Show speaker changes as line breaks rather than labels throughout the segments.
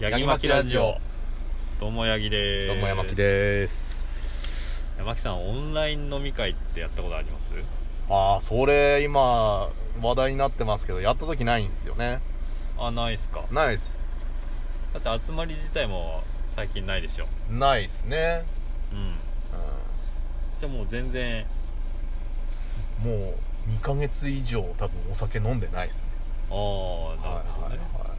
ヤギマキラジオどうもヤギで
ど
す
うも山木です
山木さんオンライン飲み会ってやったことあります
ああそれ今話題になってますけどやった時ないんですよね
あないっすか
ないっす
だって集まり自体も最近ないでしょ
ないっすね、
うんじゃあもう全然
うん、もう2ヶ月以上多分お酒飲んでないっすね
ああなるほどね、
は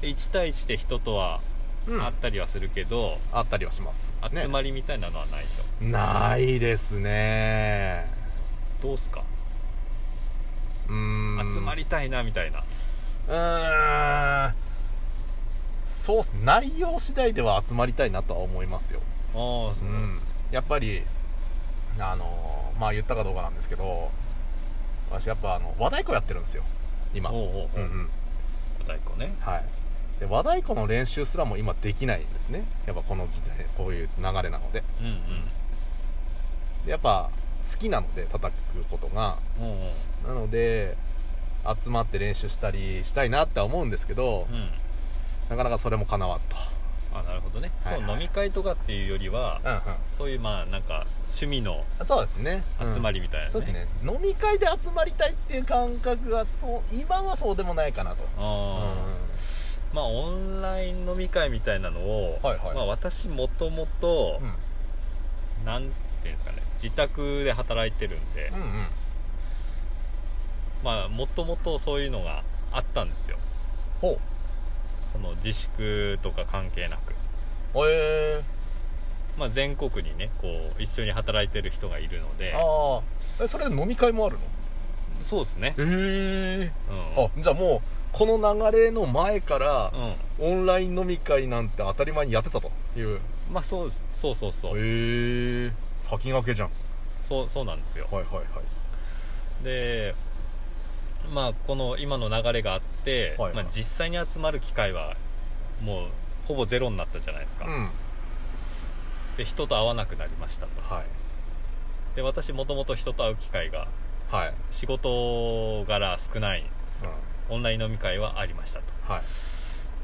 で1対1で人とはい
うん、
会ったりはするけど、
あったりはします、ね
集まりみたいなのはないと、
ないですね
どうっすか
うーん
集まりたいなみたいな
うーんそうっす内容次第では集まりたいなとは思いますよ
ああそうう、
ん、やっぱりあのまあ言ったかどうかなんですけど私やっぱあの和太鼓やってるんですよ今
おうおう
う
お
んう
うん太鼓ね
はいで和太鼓の練習すらも今できないんですねやっぱこの時代こういう流れなので
うん
でやっぱ好きなので叩くことが
うんうん
なので集まって練習したりしたいなって思うんですけど
うん、うん、
なかなかそれもかなわずと
あなるほどね、
はいはい
そう飲み会とかっていうよりは、
うん
そういうまあなんか趣味の
うんそうですね
集ま
り、
りみたいな、
そうですね飲み会で集まりたいっていう感覚はそう今はそうでもないかなと
あー
う
まあオンライン飲み会みたいなのを、
はいはい
まあ、私もともと
ん、
なんていうんですかね自宅で働いてるんで、
うんうん
まあもともとそういうのがあったんですよ
ほ
その自粛とか関係なく、
うへ
まあ、全国にねこう一緒に働いてる人がいるの
え
で
ああえそれで飲み会もあるの
そうですね、
ええ
うん、
あじゃあもうこの流れの前から
う、ん
オンライン飲み会なんて当たり前にやってたという
まあそうですそうそうそう、
へえ先駆けじゃん
そうそうなんですよ
はいはいはい
でまあこの今の流れがあって、
はいはい
まあ、実際に集まる機会はもうほぼゼロになったじゃないですか、
うん
で人と会わなくなりましたと
はい
で私もともと人と会う機会が
はい、
仕事柄少ないんです
うん
よ、、オンライン飲み会はありましたと
は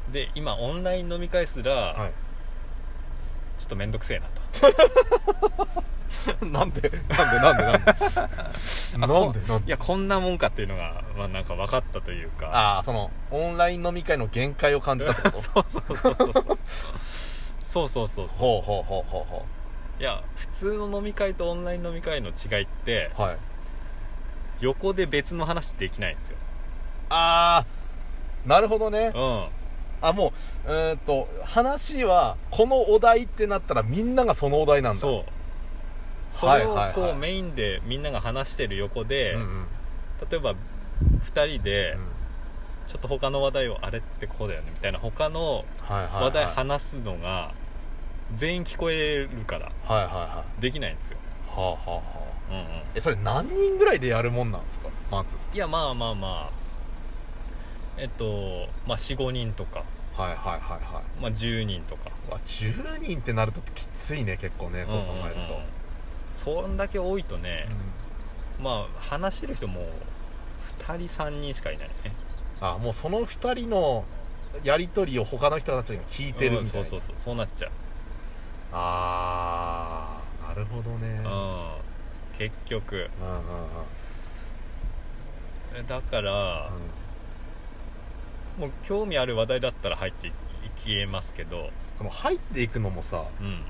い
で今オンライン飲み会すら、
は
ちょっと面倒くせえなと
いなんでなんでなんでなんで
あこ
なんでなん
い
で
やこんなもんかっていうのが、まあ、なんか分かったというか
ああそのオンライン飲み会の限界を感じたってこ と
そうそうそうそうそうそうそうそうそう
ほうほうほうほうほ
いや普通の飲み会とオンライン飲み会の違いって
うはい
横で別の話できないんですよ
ああなるほどね
うん
あもううーんと話はこのお題ってなったらみんながそのお題なんだ
そうそ
はい
れ
はいは
を
い
こうメインでみんなが話してる横で
うんうん
例えば2人
う
で
ん
ちょっと他の話題をあれってこうだよねみたいな他の
はいはいはい
話題話すのが全員聞こえるから
はいはいは
できないんですよ、
いはあはあはあ
うんうん、
えそれ何人ぐらいでやるもんなんですかまず
いやまあまあまあえっと、まあ、45人とか、
はいはいはいは
まあ、10人とか
いわ10人ってなるときついね結構ねそう考えると、
んんんそんだけ多いとね、まあ話してる人も2人3人しかいないね
あもうその2人のやり取りを他の人たちが聞いてる
うん
みた
そ
いうな、
そうそうそうなっちゃう、
ああなるほどね
うん、結局
うんうんうん
えだから、もう興味ある話題だったら入っていけますけど
その入っていくのもさ
うん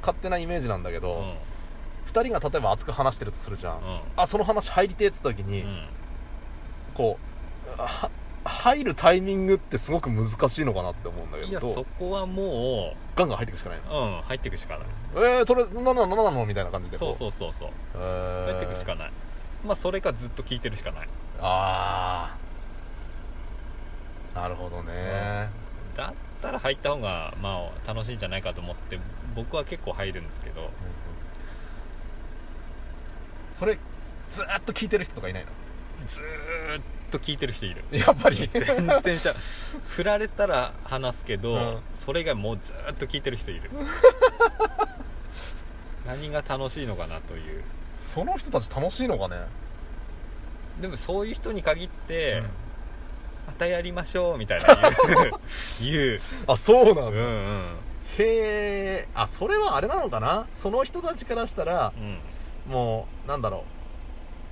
勝手なイメージなんだけ
うんう
ど、
ん
二2人が例えば熱く話してるとするじゃん、
うん
あその話入りてえっつった時に、こうは入るタイミングってすごく難しいのかなって思うんだけ
いや
ど
そこはも
ガンガン入っていくしかないの
ううん入ってくしかない
えー、それそんなのなのなのみたいな感じで
そう
う
そうそうそう入
入
ってくしか
ない
ないまあそれかずっと聞いてるしかない
ああなるほどね、
だったら入った方がまあ楽しいんじゃないかと思って僕は結構入るんですけど
それずーっと聞いてる人とかいないの
ずーっと聞いてる人いる
やっぱ り
全然しゃ振られたら話すけど、
うん
それ以外もうずーっと聞いてる人い る何が楽しいのかなという
その人たち楽しいのかね
でもそういう人に限って、またやりましょうみた いな言う
あそう
言うう
な
んう
だへ
ん
えあそれはあれなのかなその人たちからしたら
うん
もうなんだろ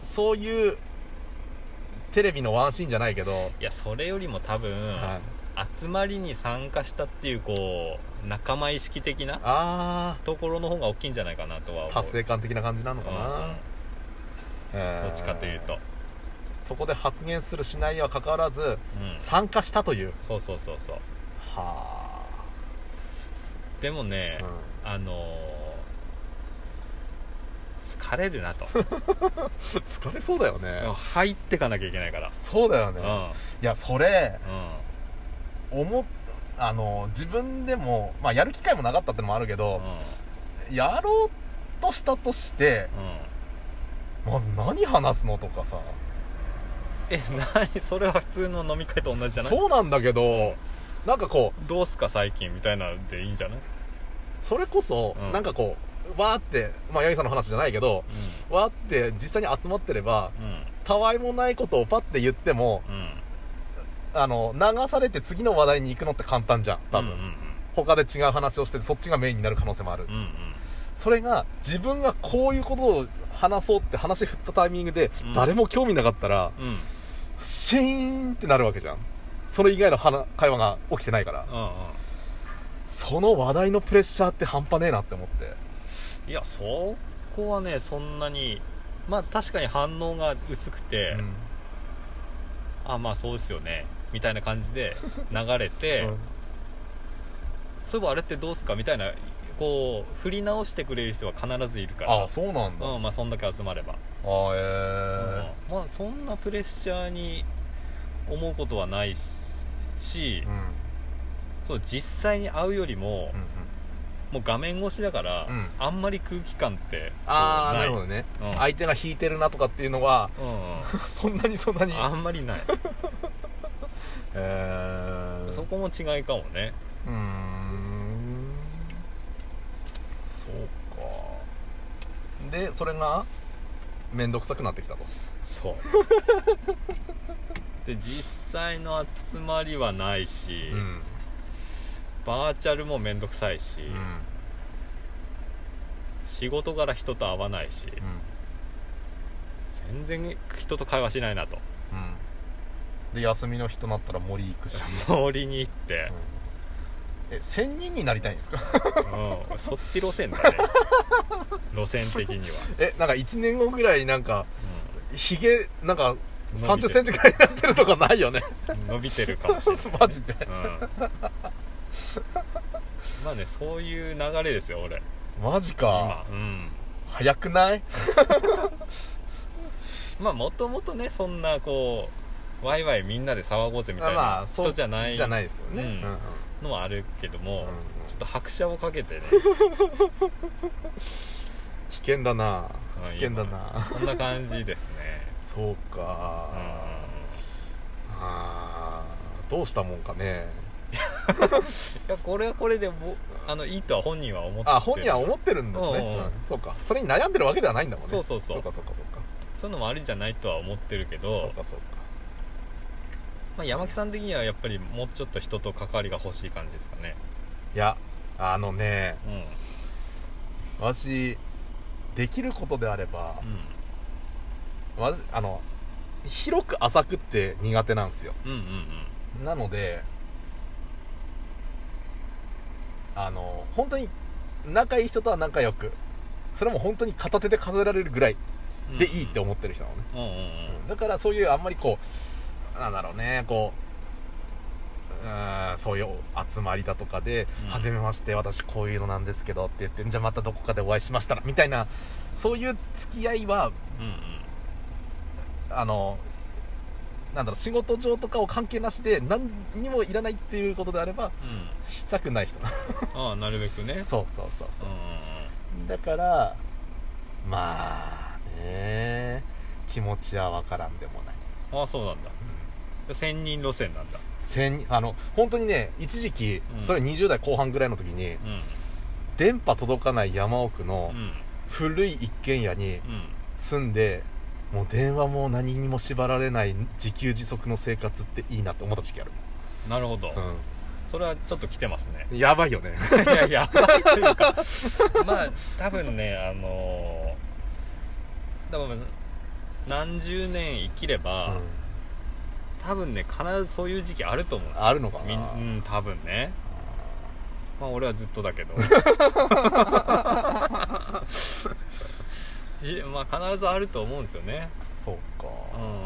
うそういうテレビのワンシーンじゃないけど、
いやそれよりも多分、
はい、
集まりに参加したっていうこう仲間意識的な
あ
ところの方が大きいんじゃないかなとは
あ
思う
達成感的な感じなのかな、
うん
へ
うん
ー
どっちかというと、
そこで発言するしないは関わらず
うん、そ
参加したという
うそうそうそう
は
でも
あ、
ね、
う
あのー疲れる なと
ん、疲れそうだよね、
入ってかなきゃいけないから
そうだよ
う
ね、
ん
いやそれ
うん
思っあの自分でも、まあ、やる機会もなかったってのもあるけ
うん
ど、やろうとしたとして
うん
まず何話すのとかさ
え何 それは普通の飲み会と同じじゃない
そうなんだけどなんかこう
どうすか最近みたいなのでいいんじゃない、
それこそ、
うん
なんかこうわーってまあ八木さんの話じゃないけどわーって実際に集まってれば
うんうん
たわいもないことをパッて言っても
うん
あの流されて次の話題に行くのって簡単じゃん多分、
うん
他で違う話をしててそっちがメインになる可能性もあ
う
る、
んうんうん
それが自分がこういうことを話そうって話振ったタイミングで
うん
誰も興味なかったら、
うんうん
シーンってなるわけじゃんそれ以外の話会話が起きてないから
うんうん
その話題のプレッシャーって半端ねえなって思って
いやそこはねそんなにまあ確かに反応が薄くて、
うん
あまあそうですよねみたいな感じで流れ て、
うん
そういえばあれってどうすかみたいなこう振り直してくれる人は必ずいるから
ああそうなんだ、
うんまあそんだけ集まれば、
ああええ
うんまあそんなプレッシャーに思うことはないしし、
うん
そう実際に会うよりも、
うん
もう画面越しだから、
うん
あんまり空気感って
ああ
こう
なるほどね、
うん
相手が引いてるなとかっていうのは
うん
そんなにそんなに
あんまりない
へー
そこも違いかもね
うーんそうかでそれが面倒くさくなってきたと
そうで実際の集まりはないし、
うん、
バーチャルもめんどくさいし、
うん
仕事から人と会わないし、全然人と会話しないなと
うんで休みの日となったら森行くし、
森に行って、
え仙人になりたいんですか
うん、そっち路線 だね路線的には、
えなんか1年後ぐらいなんかひげなんか3
伸びて
0ンチぐらいになってるとかな いよね
うん伸びてるかもしれない
マジで
うん、まあねそういう流れですよ俺
マジ
今
か
うん
早くない
まあもともとねそんなこうワイワイみんなで騒ごうぜみたい
ま
な
あそう
人じゃない
じゃないですよね、
うん
うんうん
のはあるけども、
うんうん
ちょっと拍車をかけてね
危険だな危険
今
だな
そんな感じですね
そうか
うんうん
あーどうしたもんかね
いやこれはこれでもあのいいとは本人は思ってる
あ本人は思ってるんだよね、
うんうん
うんそうかそれに悩んでるわけではないんだもんね
そうそうそう
そうかそうかそうか
そういうのもありじゃないとは思ってるけ
そ
ど
う、かそうか
まあ、山木さん的にはやっぱりもうちょっと人と関わりが欲しい感じですかね
いやあのね
うん
私できることであれば、わしあの広く浅くって苦手なんですよ
うんうん
なのであの本当に仲いい人とは仲良くそれも本当に片手で数えられるぐらい
うんうん
でいいって思ってる人なのね、
うんうんうん
だからそういうあんまりこうなんだろうねこううーんそういう集まりだとかで「
うん
はじめまして私こういうのなんですけど」って言って「じゃあまたどこかでお会いしましたら」みたいなそういう付き合いは
うんうん
あのなんだろう仕事上とかを関係なしで何にもいらないっていうことであれば
うん
したくない人な
ああなるべくね
そうそうそうそう
うんうん
だからまあね気持ちは分からんでもない、
うんああそうなんだ千人路線なんだ
千あの本当にね一時期、
うん
それ20代後半ぐらいの時に
う
電波届かない山奥の
んうん
古い一軒家に
うん
住んでもう電話も何にも縛られない自給自足の生活っていいなって思った時期ある
なるほど、
もん、
それはちょっと来てますね
やばいよね
いやいやばいというかまあ多分ねあのー多分何十年生きれば、多分ね必ずそういう時期あると思うんですよ
あるのかな
みんうん多分ねまあ俺はずっとだけ どいまあ必ずあると思うんですよね
そうか、
うんうんうん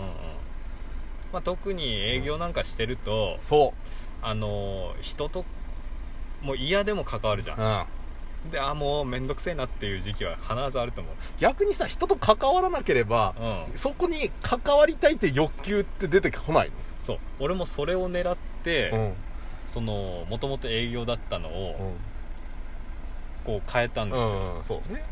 まあ、特に営業なんかしてると、
そ
あのー人ともう嫌でも関わるじゃ、
う、うんん、
であーもう面倒くせえなっていう時期は必ずあると思う、
逆にさ人と関わらなければ、
うん、
そこに関わりたいって欲求って出てこない
そう俺もそれを狙って、
の、
そのもともと営業だったの
う
を
ん
こう変えたんですよ、
うんそうね、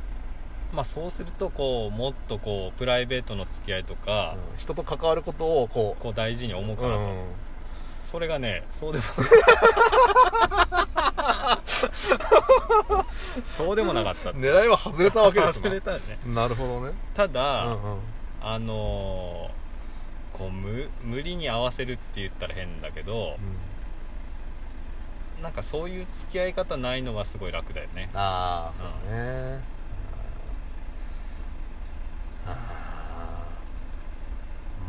まあ、そうするとこうもっとこうプライベートの付き合いとか、
うん人と関わることをこう
こう大事に思うから、
うん
それがねそうで もそうでもなかった
狙いは外れたわけです
忘れ
ね
たね
なるほどね
た
う
だ、
んうん
あのーこう無無理に合わせるって言ったら変だけど、なんかそういう付き合い方ないのはすごい楽だよね
ああそうだねあ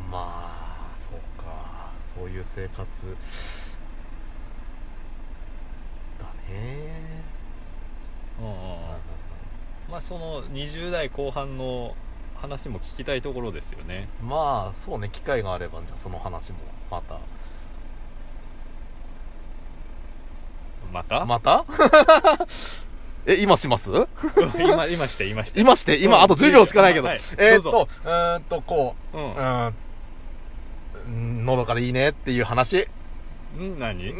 ーまあそうかそういう生活だね
うんうんうんまあその20代後半の話も聞きたいところですよね
まあそうね機会があればじゃあその話もまた
また、
また え今します
今今して今して
今して
う
今
ん
あと10秒しかないけど、
はい
えーっ
ど
とうーんとこ
う
ううーんうんのどかでいいねっていう話
ん、うん、何